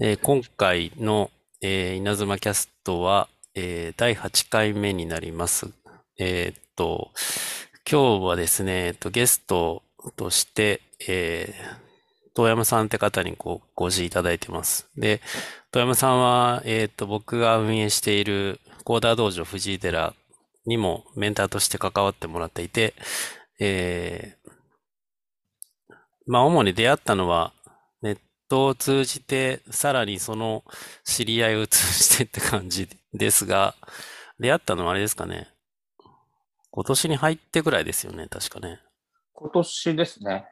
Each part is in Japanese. えー今回の、えー稲妻キャストは、えー第8回目になります。えーっと、今日はですね、えっと、ゲストとして、えー遠山さんって方にごご示意いただいてます。で、遠山さんは、えーっと、僕が運営しているコーダー道場藤井寺にもメンターとして関わってもらっていて、えーまあ、主に出会ったのは、ネットを通じて、さらにその知り合いを通じてって感じですが、出会ったのはあれですかね。今年に入ってぐらいですよね、確かね。今年ですね。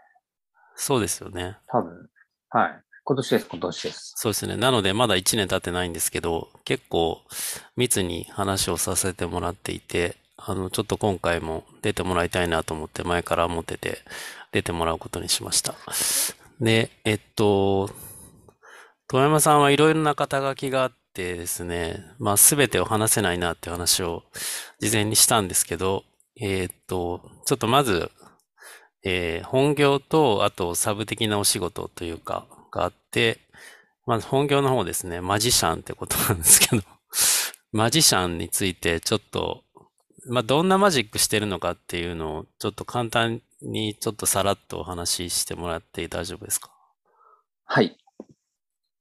そうですよね。多分。はい。今年です、今年です。そうですね。なので、まだ1年経ってないんですけど、結構密に話をさせてもらっていて、あの、ちょっと今回も出てもらいたいなと思って、前から思ってて、出てもらうことにしました。で、えっと、遠山さんはいろいろな肩書きがあってですね、まあ、すべてを話せないなっていう話を事前にしたんですけど、えっと、ちょっとまず、えー本業と、あとサブ的なお仕事というか、があって、まず本業の方ですね、マジシャンってことなんですけど、 マジシャンについてちょっと、まあ、どんなマジックしてるのかっていうのを、ちょっと簡単にちょっとさらっとお話ししてもらって大丈夫ですかはい。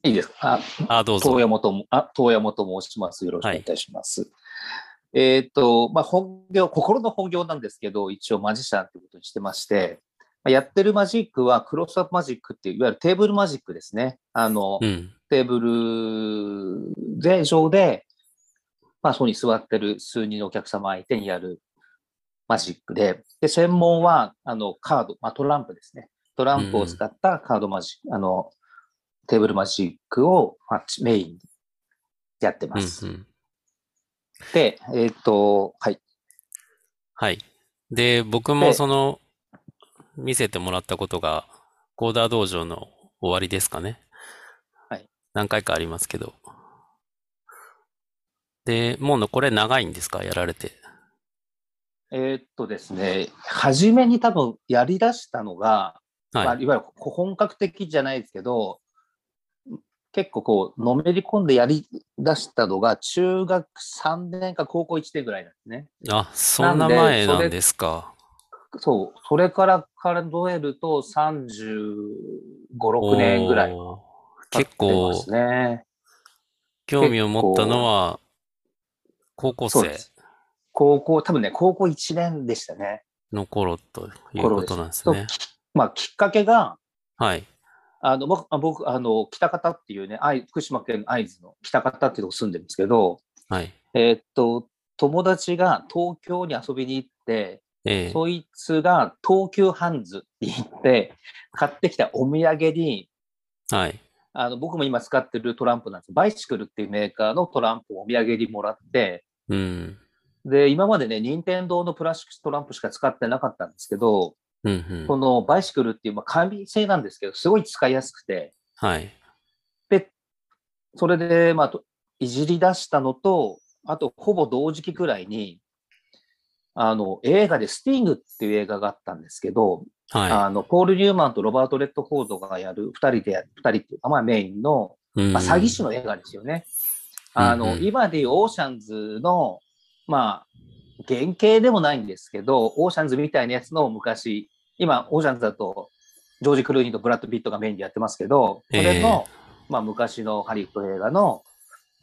いいですかあ、あ、どうぞ。遠山とも、あ、遠山と申します。よろしくお願いいたします。えっ、と、まあ、本業、心の本業なんですけど、一応マジシャンってことにしてまして、まあやってるマジックはクロスアップマジックっていう、いわゆるテーブルマジックですね。あの、うん、テーブルで、上で、まあ、そこに座ってる数人のお客様相手にやるマジックで、で、専門は、あの、カード、まあ、トランプですね。トランプを使ったカードマジック、あの、テーブルマジックを、まあちメインにやってうまん、す。うん。で、えっ、と、はい。はい。で、僕もでその、見せてもらったことが、コーダー道場の終わりですかね。はい。何回かありますけど。で、もうのこれ長いんですかやられて。えっ、とですね、初めに多分やり出したのが、まあ、はい。いわゆるこ本格的じゃないですけど、結構こう、のめり込んでやり出したのが、中学3年か高校1年ぐらいなんですね。あ、そんななんで前なんそれですか。そう、それから数えると35、6年ぐらいおー経って結構ますね。興味を持ったのは、高校そう生です。高校、多分ね、高校1年でしたね。の頃ということなんです頃ねで。まあ、きっかけが、はい。あの僕あ僕あの、北方っていうね、愛福島県の会津の北方っていうとこ住んでるんですけど、はい。えーっと、友達が東京に遊びに行って、ええ。そいつが東急ハンズって言って、買ってきたお土産に、はい。あの僕も今使ってるトランプなんですバイシクルっていうメーカーのトランプをお土産にもらって、うん。で、今までね、任天堂のプラスチックトランプしか使ってなかったんですけど、うんうん。このバイシクルっていう、まあ、紙製なんですけど、すごい使いやすくて、はい。で、それで、まあ、といじり出したのと、あと、ほぼ同時期くらいに、あの、映画でスティングっていう映画があったんですけど、はあの、ポール・ニューマンとロバート・レッド・フォードがやる、二人でやる、二人っていうか、まあメインの、い。うんまあ詐欺師の映画ですよね。うんあうの、ん今でいうオーシャンズの、まあ、原型でもないんですけど、オーシャンズみたいなやつの昔、今、オーシャンズだと、ジョージ・クルーニーとブラッド・ピットがメインでやってますけど、それの、まあ昔のハリウッド映画の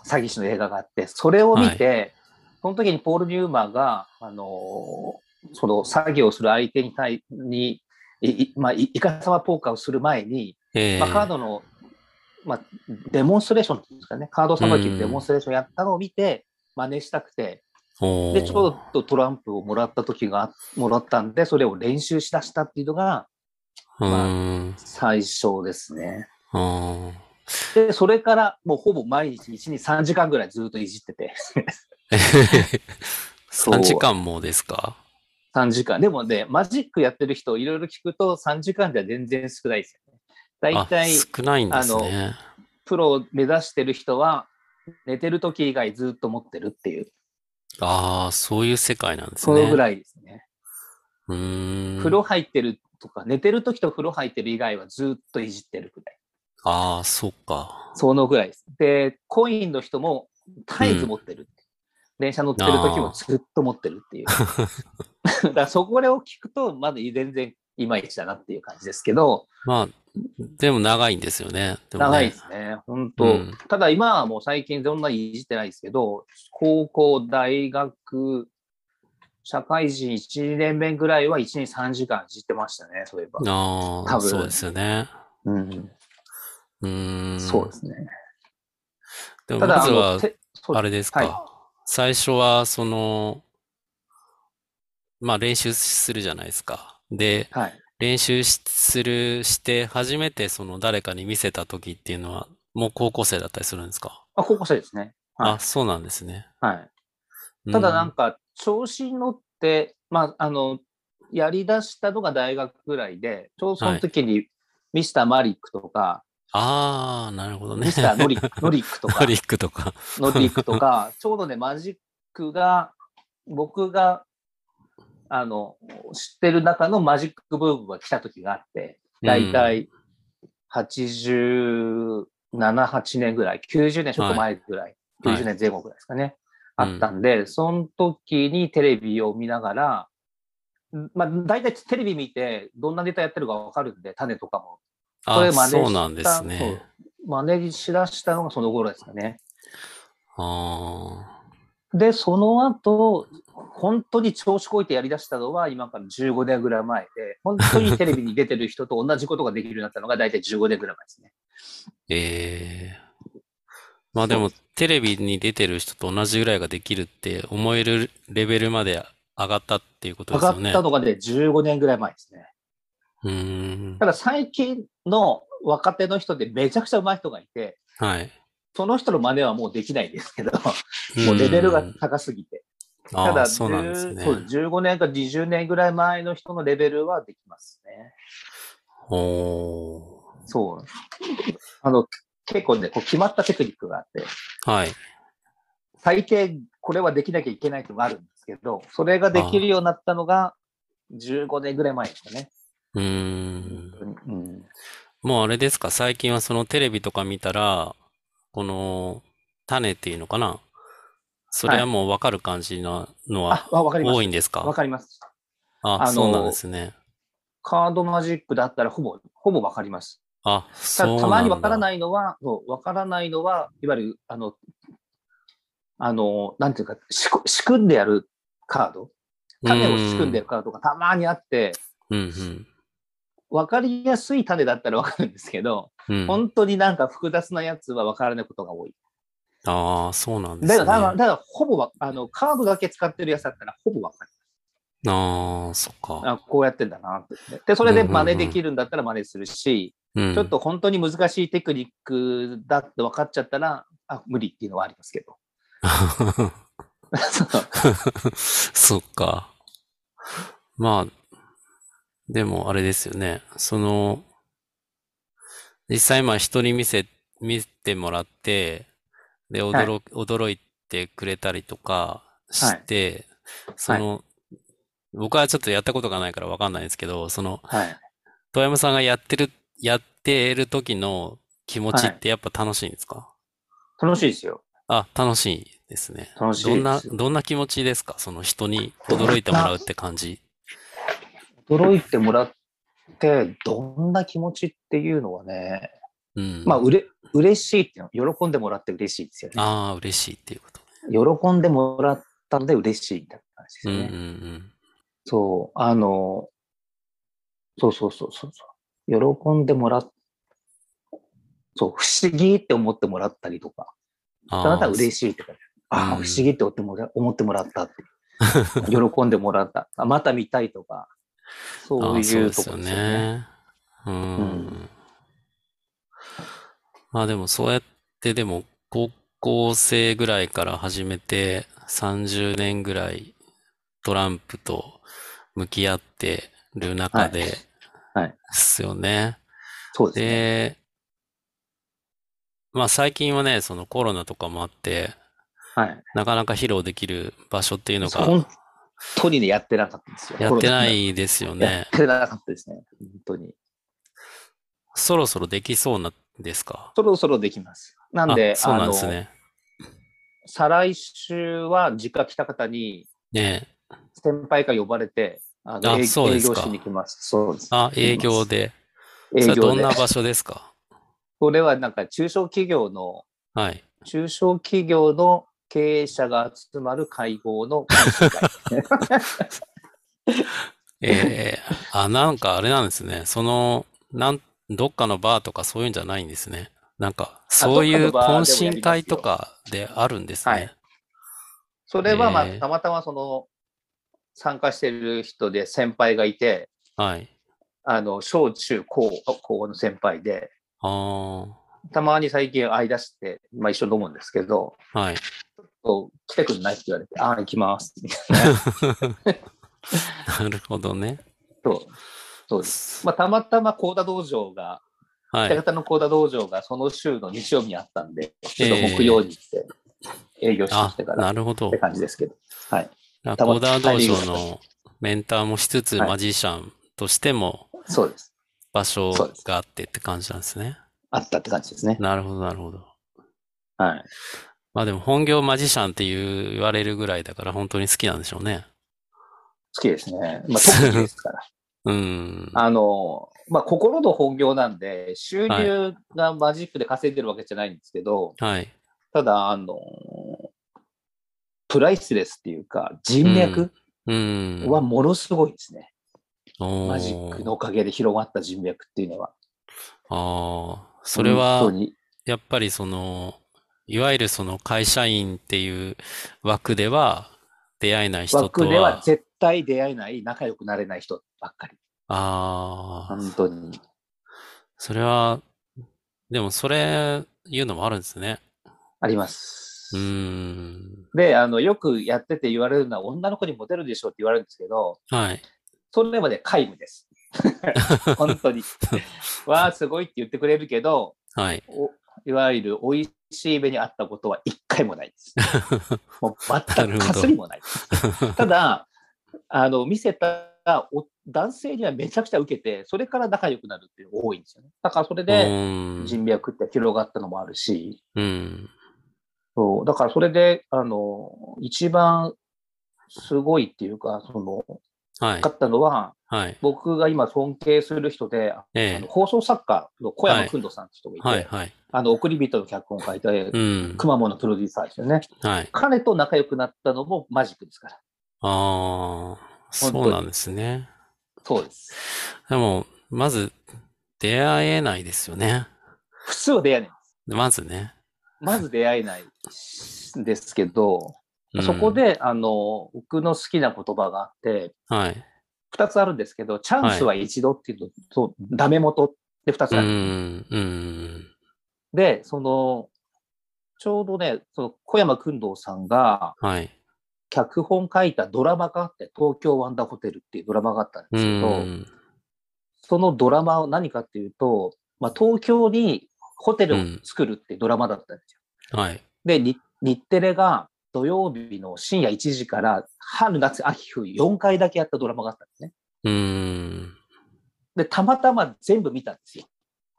詐欺師の映画があって、それを見て、その時にポール・ニューマンが、あのーその作業する相手に対に、いいまあ、いいかさまポーカーをする前に、ええ。まあ、カードの、まあ、デモンストレーションっていうんですかね、カードさばきのデモンストレーションやったのを見て、真似したくて、おーで、ちょっとトランプをもらった時が、もらったんで、それを練習しだしたっていうのがうまあーん。最初ですね。あーで、それからもうほぼ毎日1、2、3時間ぐらいずっといじってて、そう3時間もですか3時間。でもね、マジックやってる人、いろいろ聞くと、3時間じゃ全然少ないですよね。大あ、体、少ないんですね。プロを目指してる人は、寝てる時以外ずっと持ってるっていう、ああ、そういう世界なんですそのぐね。らいですね。うーん。風呂入ってるとか、寝てる時と風呂入ってる以外はずっといじってるぐらい。ああ、そっか。そのぐらいです。で、コインの人も絶えず持ってるって。電車乗ってる時もずっと持ってるっていう。 だからそこを聞くと、まだ全然いまいちだなっていう感じですけど、まあ、でも長いんですよね。でもね長いですね、本当、うんただ今はもう最近そんなにいじってないですけど、高校、大学、社会人1年目ぐらいは1年3時間いじってましたね、そういえば。あ多あ、分そうですよね。うん、うーん。そうですね。でもただ、まずは、てそうあれですか、はい最初は、その、まあ練習するじゃないですか。で、はい。練習しする、して、初めてその誰かに見せた時っていうのは、もう高校生だったりするんですかあ、高校生ですね。はいあ、そうなんですね。はい。うんただなんか調子に乗って、まあ、あのやりだしたのが大学ぐらいでちょうどその時にミスターマリックと か、ああ、なるほどね。ミスターノリノリックとか ノリックとか。ノリックとかちょうどねマジックが僕があの知ってる中のマジックブームが来た時があってだいたい87、8年ぐらい90年ちょっと前ぐらい、はい90年前後ぐらいですかね、はいあったんで、その時にテレビを見ながら、んまあ、大体テレビ見て、どんなネタやってるかわかるんで、種とかも。あこれ真似そうなんですね。そう真似しだしたのがその頃ですかね。あで、その後、本当に調子こいてやりだしたのは今から15年ぐらい前で、本当にテレビに出てる人と同じことができるようになったのが大体15年ぐらい前ですね。ーええまあでも、テレビに出てる人と同じぐらいができるって思えるレベルまで上がったっていうこと上ですがよっね。たのがね、15年ぐらい前ですね。うーん。ただ最近の若手の人でめちゃくちゃ上手い人がいて、はい。その人の真似はもうできないんですけど、もうレベルがうん高すぎて。あただあ、そうなんです10ね。そう15年か20年ぐらい前の人のレベルはできますね。おそう。あの、結構ね、こう決まったテクニックがあって、ーはい。最低これはできなきゃいけないってのがあるんですけど、それができるようになったのが15年ぐらい前でしたね。うーん。うん、もうあれですか、最近はそのテレビとか見たら、この種っていうのかな。それはもうわかる感じなのはあ、わわかりま多す。いんですかわかります。あ、あのそうなんですね。カードマジックだったらほぼ、ほぼわかります。あ、たそうたまになわんからだ。ないのは、そうわからないのは、いわゆる、あの、あの、なんていうか、仕組仕組んでやるカード、種を仕組んでやるカードがたまにあって、うんうんわかりやすい種だったらわかるんですけど、うん。うん。本当になんか複雑なやつはわからないことが多い。ああ、そうなんでだすから、だからね。だからほぼわあの、カードだけ使ってるやつだったらほぼわかる。ああ、そっか。あこうやってんだなって。で、それでうんうんうん真似できるんだったら真似するし、うん。ちょっと本当に難しいテクニックだって分かっちゃったら、あ、無理っていうのはありますけど。 そ うそっか。まあ、でもあれですよね。その、実際まあ人に見せ、見てもらって、で、はい驚、驚いてくれたりとかして、その、僕はちょっとやったことがないからわかんないですけど、その、はい。遠山さんがやってる、やってる時の気持ちっはいてやっぱ楽しいんですか楽しいですよ。あ、楽しいですね。楽しいどんでな、す。どんな気持ちですかその人に驚いてもらうって感じ。驚いてもらって、どんな気持ちっていうのはね、うん。まあ、うれ、嬉しいっていうの、喜んでもらって嬉しいですよね。ああ、嬉しいっていうこと。喜んでもらったので嬉しいみたいな感じうでんうすよんね。うん。そう、あの、そうそうそうそうそう。喜んでもらっ、そう、不思議って思ってもらったりとか、あただただあ、嬉しいとか、ああ、う不ん思議って思ってもら思ってもら ったって。喜んでもらった。あまた見たいとか、そうああ、そいううでとすよころですよね。ね。うん。うんまあでもそうやってでも高校生ぐらいから始めて30年ぐらいトランプと向き合ってる中で、はいはいですよね。そうですね。で、まあ最近はね、そのコロナとかもあって、はい。なかなか披露できる場所っていうのが本当にね、やってなかったんですよ。やってなコいですよロナ。やねっ。てなかったですね。本当に。そろそろできそうなですか。そろそろできます。なんで、あ、そうなんですあのね。再来週は実家来た方にねえ。先輩が呼ばれて、あのあ営そうで営す業かしに来ます。そうです。あ、営業で。営それ業どんでな。場所ですかこれはなんか中小企業の、はい。中小企業の経営者が集まる会合の会 議会 ええあ、なんかあれなんですね。その、なん、どっかのバーとかそういうんじゃないんですね。なんか、そういどうっかのバーで懇もやりますよ親会とかであるんですはいね。それはまあ、えーたまたまその、参加してる人で先輩がいて、はい。あの、小中高、高の先輩で、あーたまに最近会い出して、まあ一緒に飲むんですけど、はい。 そう来てくんないって言われて、ああ、行きます。 なるほどね。そう。そうです。まあたまたま高田道場が、は北い。方の高田道場がその週の日曜日にあったんで、ちょっとええ木曜に行って営業してあきて、からなっるほどて。感じですけど。ラたまコーダー道場タイミンのメンターもしつつ、はいマジシャンとしてもそうです。場所そうですがあってって感じなんですね。あったって感じですね。なるほど、なるほど。はい。まあでも本業マジシャンって言われるぐらいだから本当に好きなんでしょうね。好きですね。まあ特技です から。うん。あの、まあ心の本業なんで、収入がマジックで稼いでるわけじゃないんですけど、はい。ただ、あの、プライスレスっていうか、人脈うん。はものすごいですね。おーマジックのおかげで広がった人脈っていうのは。ああ、それ本は当、に。やっぱりその、いわゆるその会社員っていう枠では出会えない人と枠ではは、絶対出会えない、仲良くなれない人ばっかり。ああ、本当に。それは、でもそれ、言うのもあるんですね。ありますう。ーん。で、あの、よくやってて言われるのは、女の子にモテるでしょうって言われるんですけど、はい。それまで皆無 です。本当に。わあ、すごいって言ってくれるけど、はい。おいわゆる美味しい目にあったことは一回もないです。もう全くかすりもないです。ただ、あの、見せたお男性にはめちゃくちゃ受けて、それから仲良くなるっていうのが多いんですよね。だからそれうでーん。人脈って広がったのもあるし、うん。そう、だからそれで、あの、一番すごいっていうか、その、はい。勝ったのは、はい。僕が今尊敬する人で、あえのえ。放送作家の小山くんどさんって人がいて、はい。はい。あの、送り人の脚本を書いて、うん。くまモンのプロデューサーですよね。はい。彼と仲良くなったのもマジックですから。ああ、そう本当になんですね。そうです。でも、まず、出会えないですよね。普通は出会えない。まずね。まず出会えないんですけど、うんそこ、で、あの、僕の好きな言葉があって、はい。二つあるんですけど、チャンスは一度っていうのと、ダメ元って二つうあーる。ん。うーん。で、その、ちょうどね、その小山君堂さんがはい。脚本書いたドラマがあって、東京ワンダーホテルっていうドラマがあったんうですけど、ーん。そのドラマを何かっていうと、まあ、東京にホテルを作るっていうドラマだったんですよ。はい。で、日日テレが土曜日の深夜1時から春、夏、秋、冬4回だけやったドラマがあったんですね。うーん。で、たまたま全部見たんですよ。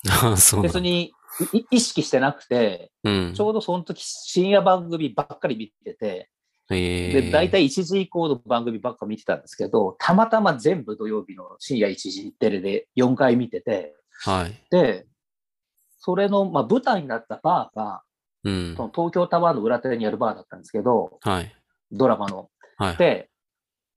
あそうなん別にいい意識してなくて、うんち。ょうどその時深夜番組ばっかり見てて、えで、え。大体1時以降の番組ばっか見てたんですけど、たまたま全部土曜日の深夜1時テレで4回見てて、はい。で、それの、まあ、舞台になったバーが、うん。その東京タワーの裏手にあるバーだったんですけど、はい。ドラマの。はい。で、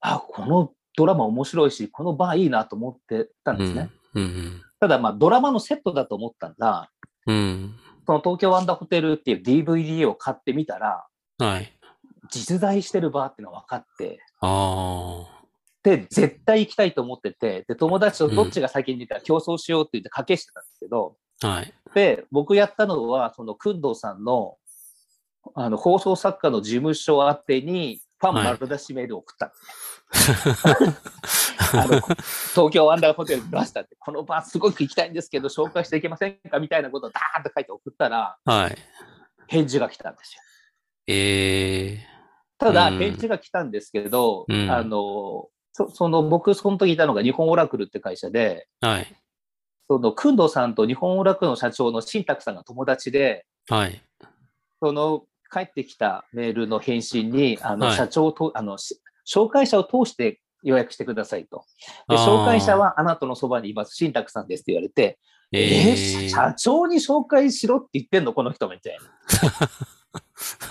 あ、このドラマ面白いし、このバーいいなと思ってたんですね。うん。うんただ、まあ、ドラマのセットだと思ったんだ、うん。うん。その東京ワンダーホテルっていう DVD を買ってみたら、はい。実在してるバーっていうのが分かって、ああ。で、絶対行きたいと思ってて、で、友達とどっちが先に出たら競争しようって言って賭けしてたんですけど、はい。で、僕やったのは、その、くんどうさんの、あの、放送作家の事務所宛てに、ファン丸出しメールを送ったんですね、あの東京ワンダーホテルに出したって、このバーすごく行きたいんですけど、紹介していけませんかみたいなことをダーンと書いて送ったら、はい。返事が来たんですよ。ええ。ただ、うん返事が来たんですけど、うんあの、そその、僕、その時いたのが日本オラクルって会社で、はい。その、くんどさんと日本オラクの社長の新宅さんが友達で、はい。その、帰ってきたメールの返信に、あの、はい社長と、あの、し紹介者を通して予約してくださいと。で、あー紹介者はあなたのそばにいます、新宅さんですって言われて、えーえ社長に紹介しろって言ってんの、この人みたいな。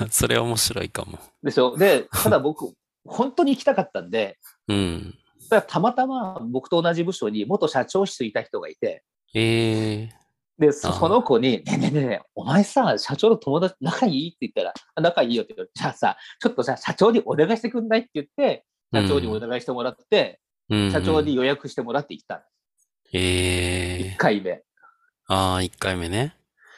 ー、 それは面白いかも。でしょ。で、ただ僕、本当に行きたかったんで、うん。ただたまたま僕と同じ部署に元社長室にいた人がいて、ええで、あそーその子に、ねえねえねえねえ、お前さ、社長の友達仲いいって言ったら、あ仲いいよって言われて、じゃあさ、ちょっとさ、社長にお願いしてくんないって言って、社長にお願いしてもらって、うん社長に。予約してもらって行ったえの、え1回目。ああ、1回目ね。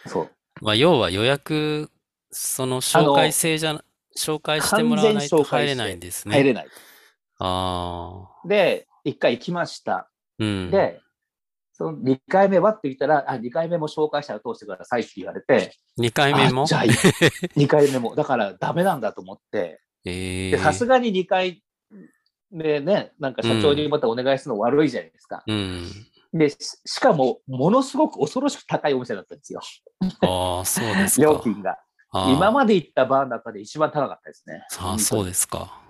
そう。まあ、要は予約、その紹介制じゃな、紹介してもらわないと完全紹介入れ制ないんですね。入れない。ああ、で、1回行きました。うん。で、その2回目はって言ったら、あ、2回目も紹介者を通してくださいって言われて、 2回目もあ じゃあ、2回目も。だからダメなんだと思って。ええでさすがに2回目ね、なんか社長にまたお願いするの悪いじゃないですか。うん。で、ししかも、ものすごく恐ろしく高いお店だったんですよ。ああ、そうです料か。金が。ああ今まで行ったバーの中で一番高かったですね。ああ、そうですか。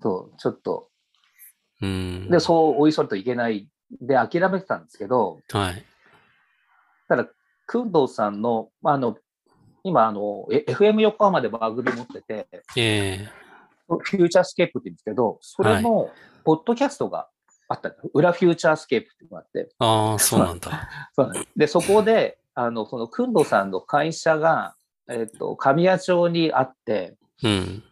そう、ちょっと。うん。で、そう追いそれといけない。で、諦めてたんですけど、はい。ただ、工藤さんの、まああの、今、あの、え FM 横浜で番組持ってて、えフューチャースケープって言うんですけど、それの、ポッドキャストがあったんです裏フューチャースケープっていうのがあって、えああ、そうなんだ。そうなんですで、そこで、あの、その、くんどさんの会社が、えっ、と、神谷町にあって、うん。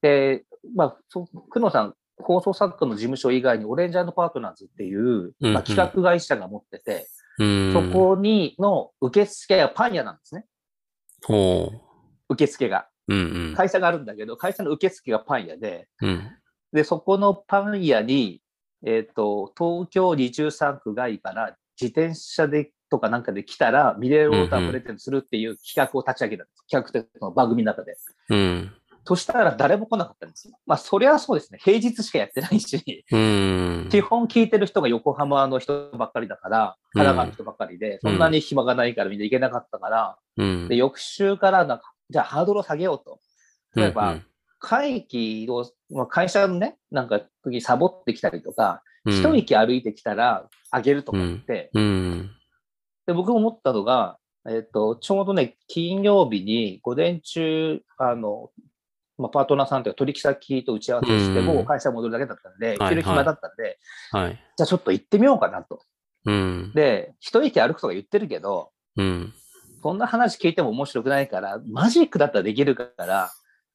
で、まあ、そくんどさん、放送作家の事務所以外に、オレンジャーのパートナーズっていう、うんうまんあ、企画会社が持ってて、うん。そこにの受付はパン屋なんですね。ほ受付が。う。うん会社があるんだけど、会社の受付がパン屋で、うん。うん。で、そこのパン屋に、えっ、と、東京23区外から自転車でとかなんかで来たら、ミレーウォータープレゼントするっていう企画を立ち上げたんです。企画ってその番組の中で。うん。そしたら誰も来なかったんですよ。まあ、そりゃそうですね。平日しかやってないし、うん。基本聞いてる人が横浜の人ばっかりだから、神奈川の人ばっかりで、そんなに暇がないからみんな行けなかったから、うんで、翌週からなんか、じゃあハードルを下げようと。例えば、うん会議を、まあ、会社のね、なんか時サボってきたりとか、うん一息歩いてきたらあげるとかって、うん。で僕も思ったのが、えっと、ちょうどね、金曜日に午前中、あの、まあ、パートナーさんというか取引先と打ち合わせして、うんもう会社戻るだけだったんで、はい昼暇だったんで、はい。じゃあちょっと行ってみようかなと。うん。で、一息歩くとか言ってるけど、うん。そんな話聞いても面白くないから、マジックだったらできるから、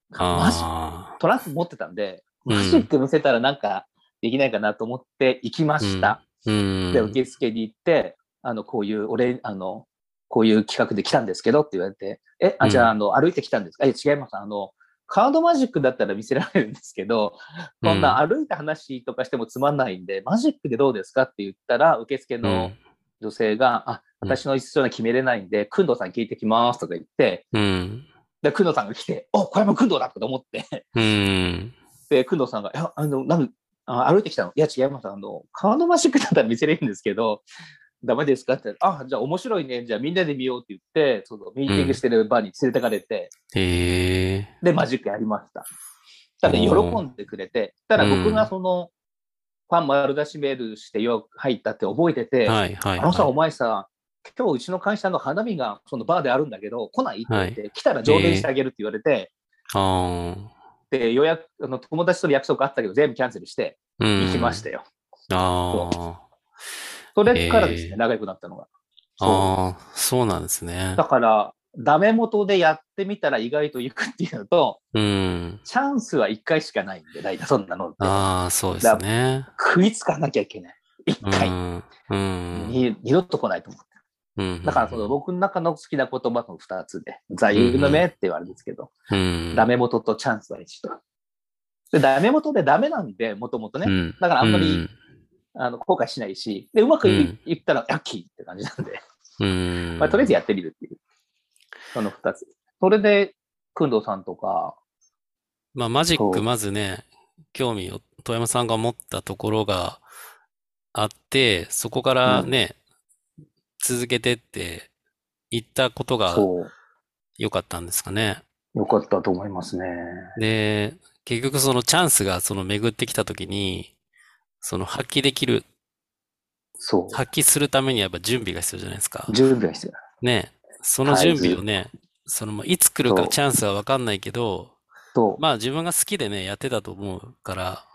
マジックあトランプ持ってたんで、うんマジック見せたらなんかできないかなと思って行きました。あ。うん。で、受付に行って、あの、こういう、俺、あの、こういう企画で来たんですけどって言われて、え、うあ、んじゃあ、あの、歩いてきたんですか、え、違います。あの、カードマジックだったら見せられるんですけど、そんな歩いた話とかしてもつまんないんで、マジックでどうですかって言ったら、受付の女性が、あ、うん私の一緒は決めれないんで、くんどさん聞いてきますとか言って、うん。で、くんどさんが来て、お、これもくんどだと思って、 うん。で、工藤さんが、いや、あの、なんあ歩いてきたのいや、違います。あの、カードマジックだったら見せれるんですけど、 ダメですかって言ったらあ、じゃあ面白いね。じゃあみんなで見ようって言って、そのミーティングしてる場に連れてかれて、へえ。で、マジックやりました。ただ、喜んでくれて、ただ僕がその、ファン丸出しメールしてよ入ったって覚えてて、はいはい。あのさ、お前さ、今日うちの会社の花見がそのバーであるんだけど、来ないって言って、来たら上限してあげるって言われて、ああ。で、予約、あの友達との約束あったけど、全部キャンセルして、うん。行きましたよ。ああ。それからですへね、ー仲良くなったのが。そああ、そうなんですねう。だから、ダメ元でやってみたら意外と行くっていうのと、うん。チャンスは1回しかないんで、大体そんなのって。ああ、そうですね。食いつかなきゃいけない。う1回。ん。うん。に二度と来ないと思って。うん。だからその、僕の中の好きな言葉の2つで、座右の銘って言われるんですけど、うん。ダメ元とチャンスは一度。で、ダメ元でダメなんで、もともとね、うん。だからあんまりうんあの後悔しないし、で、うまくい,、うんったら、ラッキーって感じなんで。うん。まあ、とりあえずやってみるっていう。その二つ。それで、くんどさんとか、まあ、マジッそク、うまずね、興味を遠山さんが持ったところがあって、そこからね、続けてって言ったことがそう。良かったんですかね。よかったと思いますね。で、結局そのチャンスがその巡ってきた時に、その発揮できる、そ発揮するためにやっぱ準備が必要じゃないですかう。。準備が必要。ね、その準備をね、そのまあいつ来るそかうチャンスはわかんないけど、と、まあ自分が好きでね、やってたと思うから、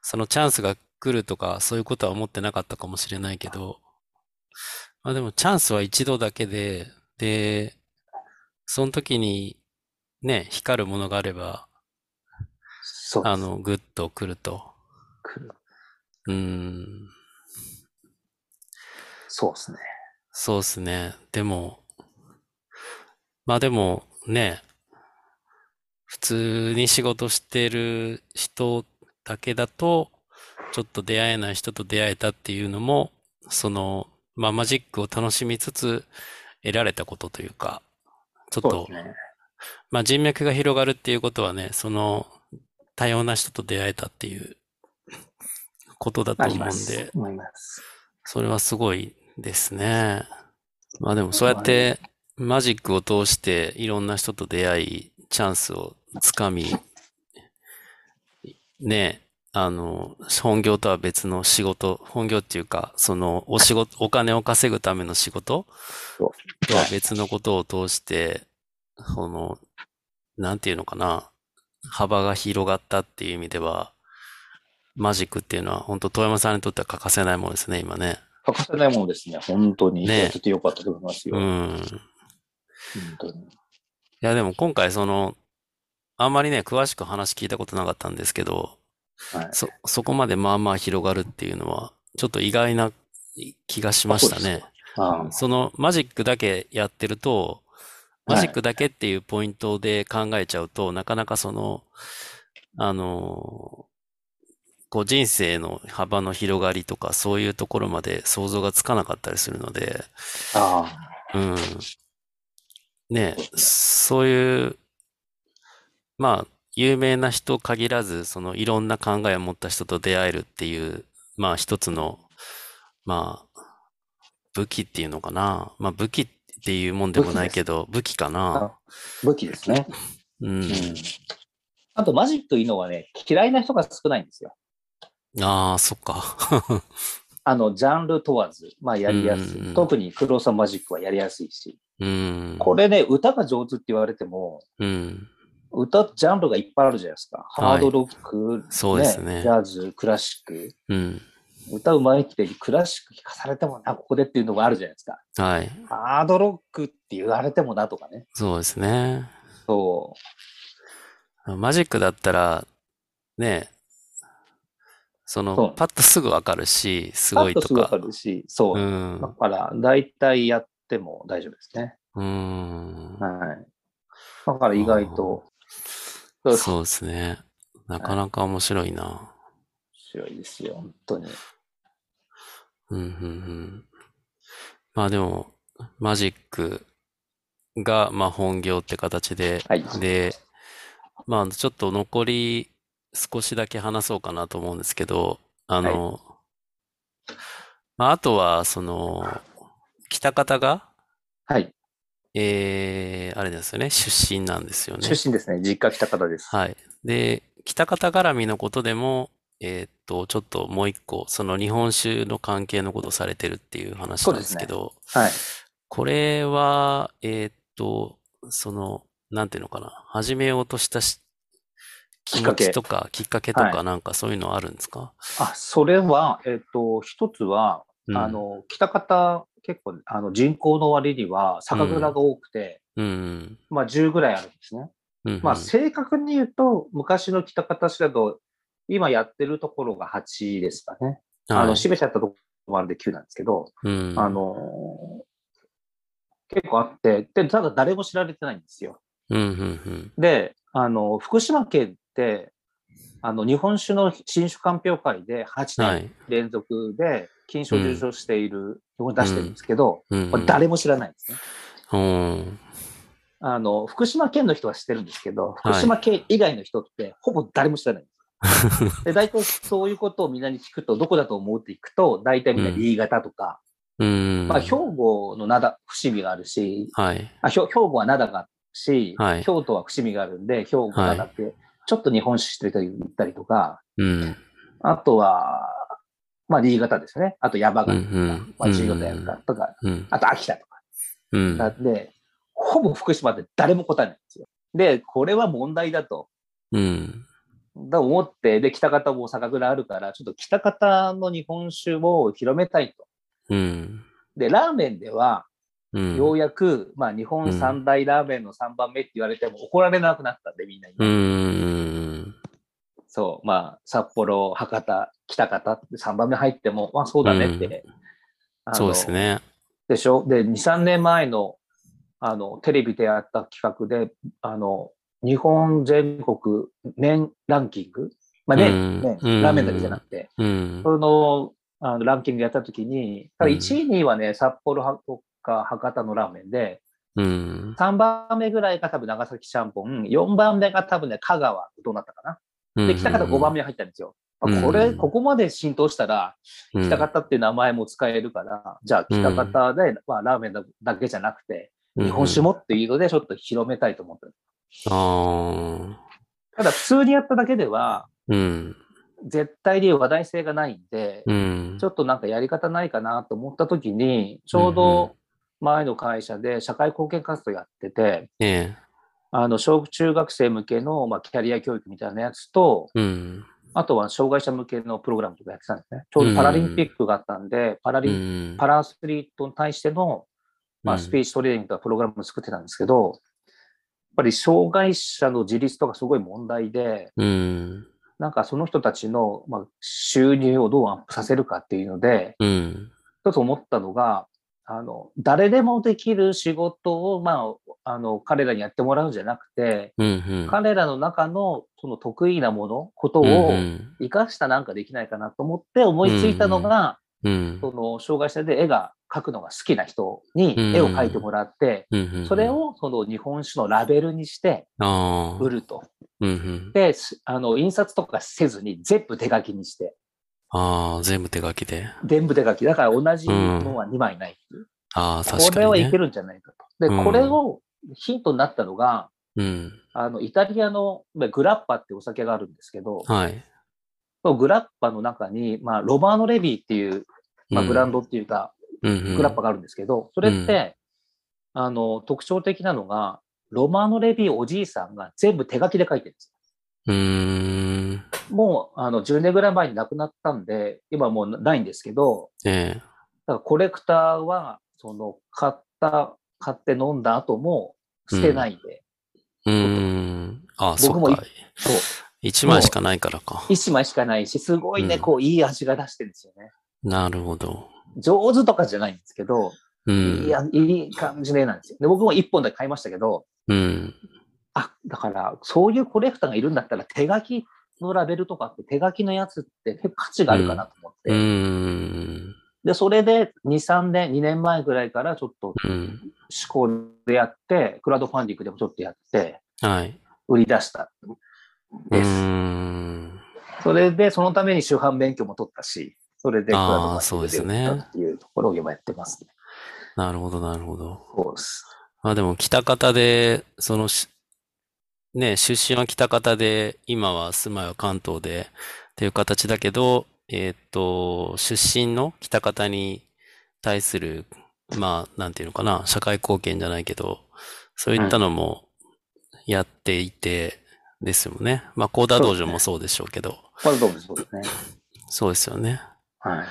そのチャンスが来るとか、そういうことは思ってなかったかもしれないけど、まあでもチャンスは一度だけで、で、その時にね、光るものがあれば、そうですあの、ぐっと来ると。来るうん、そうですね。そうですね。でも、まあでもね、普通に仕事してる人だけだと、ちょっと出会えない人と出会えたっていうのも、その、まあマジックを楽しみつつ得られたことというか、ちょっそうとで、すね。まあ人脈が広がるっていうことはね、その多様な人と出会えたっていうことだとあり思まうんす。で、思います。それはすごいですね。まあでもそうやってマジックを通していろんな人と出会い、チャンスをつかみ、ね、あの、本業とは別の仕事、本業っていうか、そのお仕 事、お金を稼ぐための仕事そとは別のことを通して、その、なんていうのかな、幅が広がったっていう意味では、マジックっていうのは本当遠山さんにとっては欠かせないものですね、今ね。欠かせないものですね。本当に。ねちょっと良かったと思いますよ。う本ん。当に。いや、でも今回その、あんまりね、詳しく話聞いたことなかったんですけど、はい。そ、そこまでまあまあ広がるっていうのは、ちょっと意外な気がしましたね。ああそのマジックだけやってると、はいマジックだけっていうポイントで考えちゃうと、なかなかその、あの、こう人生の幅の広がりとか、そういうところまで想像がつかなかったりするので、あうん。ねえ、そういう、まあ、有名な人限らず、そのいろんな考えを持った人と出会えるっていう、まあ一つの、まあ、武器っていうのかな。まあ武器っていうもんでもないけど、武器かな。あ、武器ですね。うん。うん。あと、マジックいいのはね、嫌いな人が少ないんですよ。ああ、そっか。あの、ジャンル問わず、まあ、やりやすうんうんうんい。特に黒さんマジックはやりやすいし。うん。これね、歌が上手って言われても、うん。歌、ジャンルがいっぱいあるじゃないですか。はハいードロック、そうですねジャズ、クラシック。うん。歌うまいってクラシック聞かされてもな、ここでっていうのがあるじゃないですか。はい。ハードロックって言われてもなとかね。そうですね。そマジックだったら、ねえ、その、そうパッとすぐわかるし、すう。ごいパッとすぐわか。かるし、そうう。ん。だうから、大体やっても大丈夫ですね。ーん。はい。だから意外とそうですそうですね。なかなか面白いな。面白いですよ、本当に。うん、うん、うん。まあでも、マジックが、まあ本業って形で、はい。で、まあちょっと残り少しだけ話そうかなと思うんですけど、あの、まああとは、その、北方が、はい。えー、あれですよね、出身なんですよね。出身ですね。実家来た方です。はい。で、北方絡みのことでも、えーっと、ちょっともう一個、その日本酒の関係のことをされてるっていう話なんですけど、はい。これは、えーっと、その、なんていうのかな、始めようとしたし、きっかけ気持ちとか、きっかけとか、はなんかそういうのあるんですかあ、それは、えっ、と、一つは、うんあの、北方、結構、あの、人口の割には、酒蔵が多くて、うん、まあ、10ぐらいあるんですね。うん、まあ、うん、正確に言うと、昔の北方市だと、今やってるところが8ですかね。あはいの、閉めちゃったところもあるんで9なんですけど、うん、あのー結構あって、で、ただ誰も知られてないんですよ。うん、うん、で、あの、福島県って、あの、日本酒の新酒鑑評会うでん、は8年い、連続で金賞受賞している、を出してるんですけど、うん、まあ誰も知らないんですね。うん、あの、福島県の人は知ってるんですけど、はい福島県以外の人ってほぼ誰も知らないんで すよ。で、大体そういうことをみんなに聞くと、どこだと思うって聞くと、大体みんな新潟とか、うん。まあ、兵庫の灘、伏見があるし、はい。あ兵兵庫は灘があるし、はい京都は伏見があるんで、兵庫灘って、ちょっと日本史してたり行ったりとか、うん。あとは、まあ、新潟ですね。あと山うんう形とか、ん。まあ、中央山形とか、うん。あと秋田とか。うん。なんで、ほぼ福島で誰も答えないんですよ。で、これは問題だと。うん。だ思って、で、北方も酒蔵あるから、ちょっと北方の日本酒を広めたいと。うん。で、ラーメンでは、うん。ようやく、まあ、日本三大ラーメンの3番目って言われても怒られなくなったんで、みんなに。うん。そう、まあ、札幌、博多、北方って3番目入っても、まあ、そうだねって。うんあのそうですね。でしょで、2、3年前の、あの、テレビでやった企画で、あの、日本全国年ランキングまあね、うんねうんラーメンだけじゃなくて、うん。その、あの、ランキングやった時に、ただ1位、2位はね、札幌とか博多のラーメンで、うん。 3番目ぐらいが多分長崎ちゃんぽん、4番目が多分ね、香川、どうなったかな。で、北方5番目に入ったんですよ。うんまあこれ、ここまで浸透したら、目北方っていう名前も使えるから、じゃあ北方で、まあ、ラーメンだけじゃなくて、日本酒も。もっていうのでちょっと広めたいと思ってる。ああ。ただ普通にやっただけでは、うん。絶対に話題性がないんで、うんち。ょっとなんかやり方ないかなと思った時に、ちょううんうど前の会社で社会貢献活動やってて、ええ。あの、小中学生向けの、まあ、キャリア教育みたいなやつと、うん。あとは障害者向けのプログラムとかやってたんですね。ちょうどパラリンピックがあったんで、パラリン、うん。パラアスリートに対しての、まあ、スピーチトレーニングとかプログラムを作ってたんですけど、やっぱり障害者の自立とかすごい問題で、うん。なんかその人たちの、まあ、収入をどうアップさせるかっていうので、うん。一つ思ったのが、あの、誰でもできる仕事を、まあ、あの、彼らにやってもらうんじゃなくて、うん。うん。彼らの中のその得意なもの、ことうんを生かしたなんかできないかなと思って思いついたのが、うん。その障害者で絵が描くのが好きな人に絵を描いてもらって、うん。それ。をその日本酒のラベルにしてああ。売ると。うんうん。で、すあの、印刷とかせずに全部手書きにして、ああ、全部手書きで。全部手書き。だから同じのは2枚ないっていう。ああ、確かに。これはいけるんじゃないかと。で、うんこれをヒントになったのが、うん。あの、イタリアのまあグラッパってお酒があるんですけど、はい。そのグラッパの中に、まあ、ロバーノ・レビーっていう、まあ、ブランド。ドっていうか、うん。グラッパがあるんですけど、それって、あの、特徴的なのが、ロマーノ・レビーおじいさんが全部手書きで書いてるんです。うん。もうあの10年ぐらい前に亡くなったんで、今もうないんですけど、ええ。だからコレクターは、その、買った、買って飲んだ後も捨てないで、うん。ああ、そっか。そう、一枚しかないからか。一枚しかないし、すごいね、うんこう、いい味が出してるんですよね。なるほど。上手とかじゃないんですけど、うん。いや、いい感じねなんですよ。で、僕も一本だけ買いましたけど、うん。あ、だから、そういうコレクターがいるんだったら、手書きのラベルとかって、手書きのやつって結構価値があるかなと思って、うん。で、それで2、3年、2年前ぐらいからちょっとうん。思考でやって、クラウドファンディングでもちょっとやって、はい。売り出したんうです。ん。それで、そのために主犯免許も取ったし、それでクラウドフあァンディングでーそうですねやったっていうところを今やってますね。なるほど、なるほど。そうです。まあでも、北方で、そのし、ね、出身は北方で、今は住まいは関東で、っていう形だけど、えーっと、出身の北方に対する、まあ、なんていうのかな、社会貢献じゃないけど、そういったのもやっていて、ですよね。まあ、幸田道場もそうでしょうけど、これどうもそうですね。そうですよね。はい。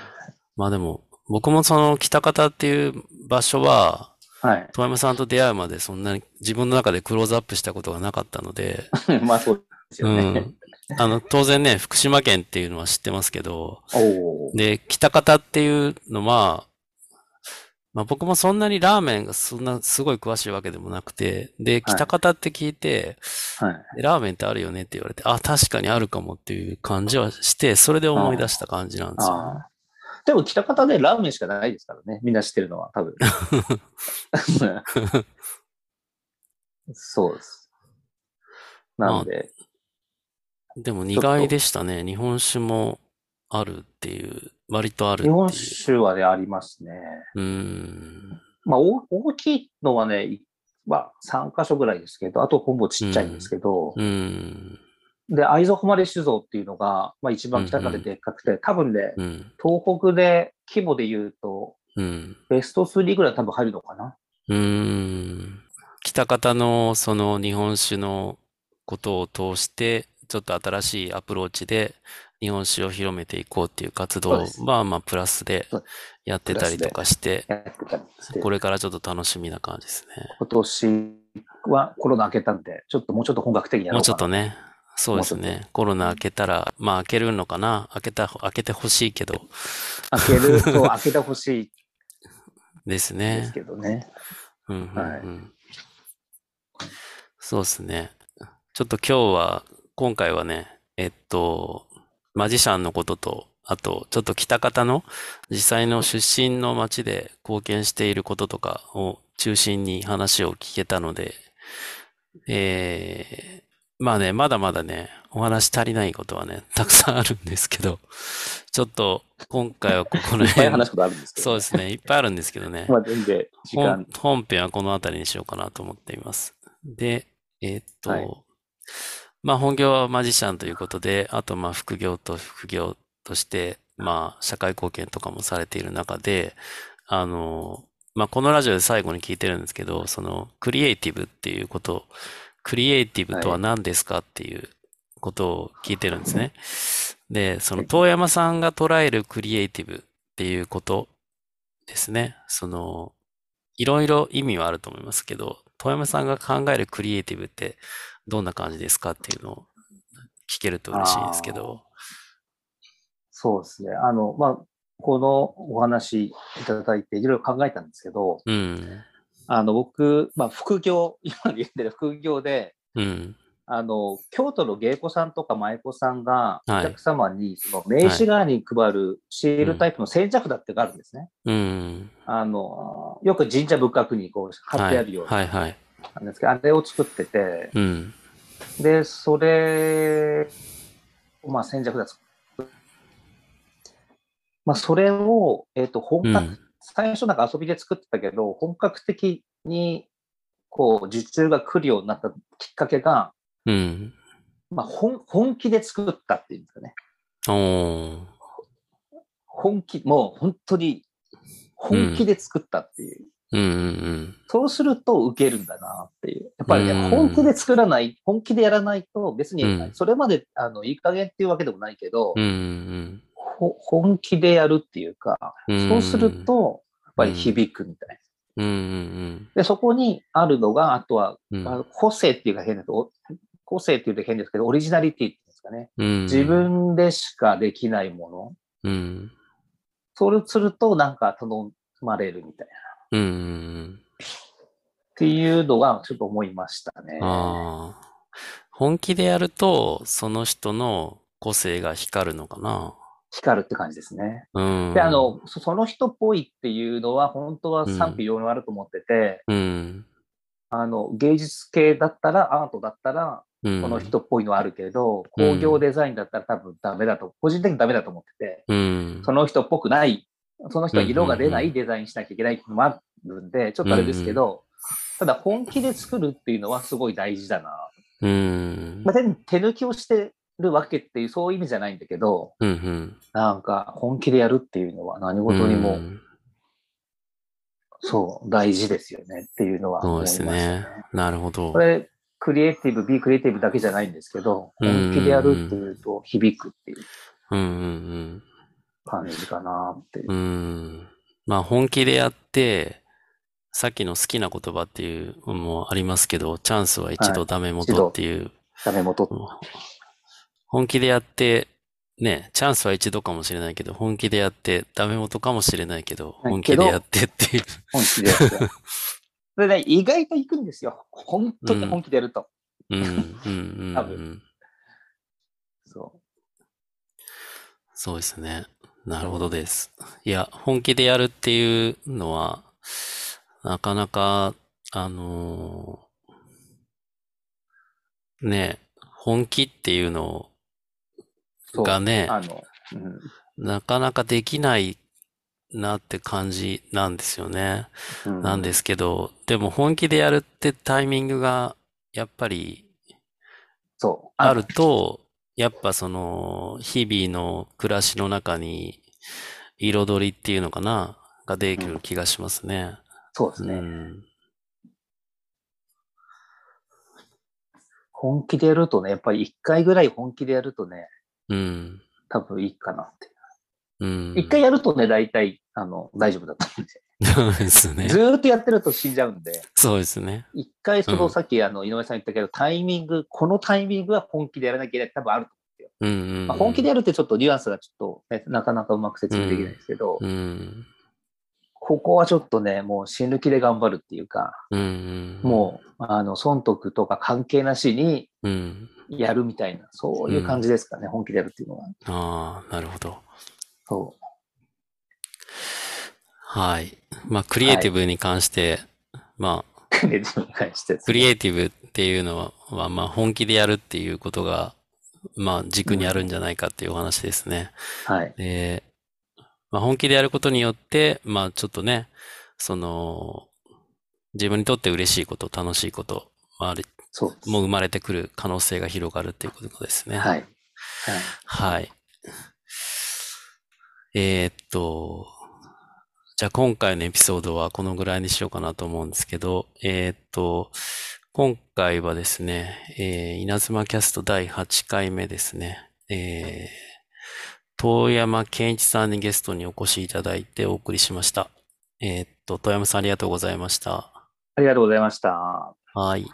まあでも、僕もその北方っていう場所は、はい。遠山さんと出会うまでそんなに自分の中でクローズアップしたことがなかったので、 まあそうですうよね。ん。あの、当然ね、福島県っていうのは知ってますけど、おお。で、北方っていうのは、まあ僕もそんなにラーメンがそんなすごい詳しいわけでもなくて、で、北方って聞いて、はい。ラーメンってあるよねって言われて、あ、確かにあるかもっていう感じはして、それで思い出した感じなんですよ。ああ。でも、北方でラーメンしかないですからね。みんな知ってるのは、多分。そうです。なので、でも意外でしたね。日本酒もあるっていう、割とあるって日いう。本酒はね、ありますね。うーん。まあ、大大きいのはね、まあ、3箇所ぐらいですけど、あと本部ちっちゃいんですけど、うーん。で、会津誉酒造っていうのが、まあ、一番北からでっかくて、多分ね、うん。東北で規模で言うと、うん。ベスト3ぐらい多分入るのかな。うーん。北方のその日本酒のことを通して、ちょっと新しいアプローチで日本酒を広めていこうっていう活動そうですは、まあプラスでそうやってたりとかして、やってたりして。これからちょっと楽しみな感じですね。今年はコロナ明けたんで、ちょっともうちょっと本格的にやもろううちかょっとな。ね。そうですもうね。コロナ明けたら、まあ明けるのかな明けた、明けてほしいけど、開けると開けてほしいですでねす。け どね。うんうんはいうんそうですね。ちょっと今日は、今回はね、えっと、マジシャンのことと、あと、ちょっと北方の実際の出身の町で貢献していることとかを中心に話を聞けたので、えー、まあね、まだまだね、お話足りないことはね、 たくさんあるんですけど、ちょっと今回はここらいっぱい辺、話すことあるんですけどそうね、ですね、いっぱいあるんですけどね。まあ、全然時本間。本編はこの辺りにしようかなと思っています。で、えーっと、はいまあ本業はマジシャンということで、あとまあ副業と副業として、まあ社会貢献とかもされている中で、あの、まあこのラジオで最後に聞いてるんですけど、そのクリエイティブっていうこと、クリエイティブとは何ですかっていうことを聞いてるんですね。 で、その遠山さんが捉えるクリエイティブっていうことですね。その、いろいろ意味はあると思いますけど、遠山さんが考えるクリエイティブってどんな感じですかっていうのを聞けると嬉しいですけど。そうですね。あの、まあ、このお話いただいていろいろ考えたんですけど、うん。あの、僕、まあ、副業、 今言ってる副業で、うん。あの、京都の芸妓さんとか舞妓さんが、おはい客様に、その名刺側に配るシールタイプの先着だってがあるんですね。うん。あの、よく神社仏閣にこう貼ってあるようはいはいはい。なんですけど、あれを作ってて、うん。で、それを、まあ、先着だと。まあ、それを、えっ、と、う本格、ん。最初なんか遊びで作ってたけど、本格的に、こう、受注が来るようになったきっかけが、うん。まあ、本本気で作ったっていうんですかね。おー。本気、もう本当に、本気で作ったっていう。うんうんそうすると受けるんだなっていう。やっぱりね、うん本気で作らない、本気でやらないと、別うんに、それまで、あの、いい加減っていうわけでもないけど、うん。うんうんほ本気でやるっていうか、うん。そうすると、やっぱり響くみたいな。うんうんで、そこにあるのが、あとは、うん。まあ個性っていうか変だと、お個性っていうと変ですけど、オリジナリティっていうんですかね。うん。自分でしかできないもうの。ん。そうすると、なんか頼まれるみたいな。っうんうんていうのが、ちょっと思いましたねうん。。ああ。本気でやると、その人の個性が光るのかな。光るって感じですね。うん。で、あの、そその人っぽいっていうのは、本当は賛否両論あると思ってて、うん、あの、芸術系だったら、アートだったら、うん。この人っぽいのはあるけれど、うん工業デザインだったら多分ダメだと、個人的にダメだと思ってて、うん。その人っぽくない、その人は色が出なうんういデザインしなきゃいけないのもあるんで、ちょっとあれですけど、ただ本気で作るっていうのはすごい大事だな。うん。まあ、手手抜きをしてるわけっていう、そういう意味じゃないんだけど、うんうん。なんか本気でやるっていうのは何事にも、うんそう、大事ですよねっていうのはそう思でいましすたねね。。なるほどこ。れ、クリエイティブ、B クリエイティブだけじゃないんですけど、本気でやるっていうと響くっていううんうん感じかなっていううん。。うん。まあ本気でやって、さっきの好きな言葉っていうのもありますけど、チャンスは一度ダメ一元度っていうダメ元って本気でやって、ね、チャンスは一度かもしれないけど、本気でやって、ダメ元かもしれないけど、はい本気でやってっていう。本気で やって。それね、意外と行くんですよ。本当に本気でやると。うん、うん、うんう多ん分。そう。そうですね。なるほどです。いや、本気でやるっていうのは、なかなか、あのーね、本気っていうのそうがね、あの、うんなかなかできないなって感じなんですよね。うんなんですけど、でも本気でやるってタイミングがやっぱりそう。あると、やっぱその日々の暮らしの中に彩りっていうのかな、ができる気がしますね。そうですうね。ん。本気でやるとね、やっぱり一回ぐらい本気でやるとね、うん。多分いいかなって。うん。一回やるとね、大体、あの、大丈夫だと思うんで。そうですね。ずーっとやってると死んじゃうんで、そうですね。一回そうの、んさっきあの、井上さん言ったけど、タイミング、このタイミングは本気でやらなきゃいけないって多分ある。うんうんうん。まあ、本気でやるってちょっとニュアンスがちょっと、ね、なかなかうまく説明できないですけど、うん。ここはちょっとね、もう死ぬ気で頑張るっていうか、うんうん。もう、あの、損得とか関係なしにう。うん。やるみたいな、そういう感じですかね、本気でやるっていうのは。ああ、なるほど。そはい。まあ、クリエイティブに関して、まあ、う。 クレジに関して。クリエイティブっていうのは、はまあ、本気でやるっていうことが、まあ、軸にあるんじゃないかっていうお話ですね。はい。で、まあ、本気でやることによって、まあ、ちょっとね、その、自分にとって嬉しいこと、楽しいこと、まあ、あれそうです。もう生まれてくる可能性が広がるっていうことですね。はい。はい。はい。えーっと、じゃあ今回のエピソードはこのぐらいにしようかなと思うんですけど、えーっと、今回はですね、えー稲妻キャスト第8回目ですね、えー遠山健一さんにゲストにお越しいただいてお送りしました。えーっと、遠山さんありがとうございました。ありがとうございました。はい。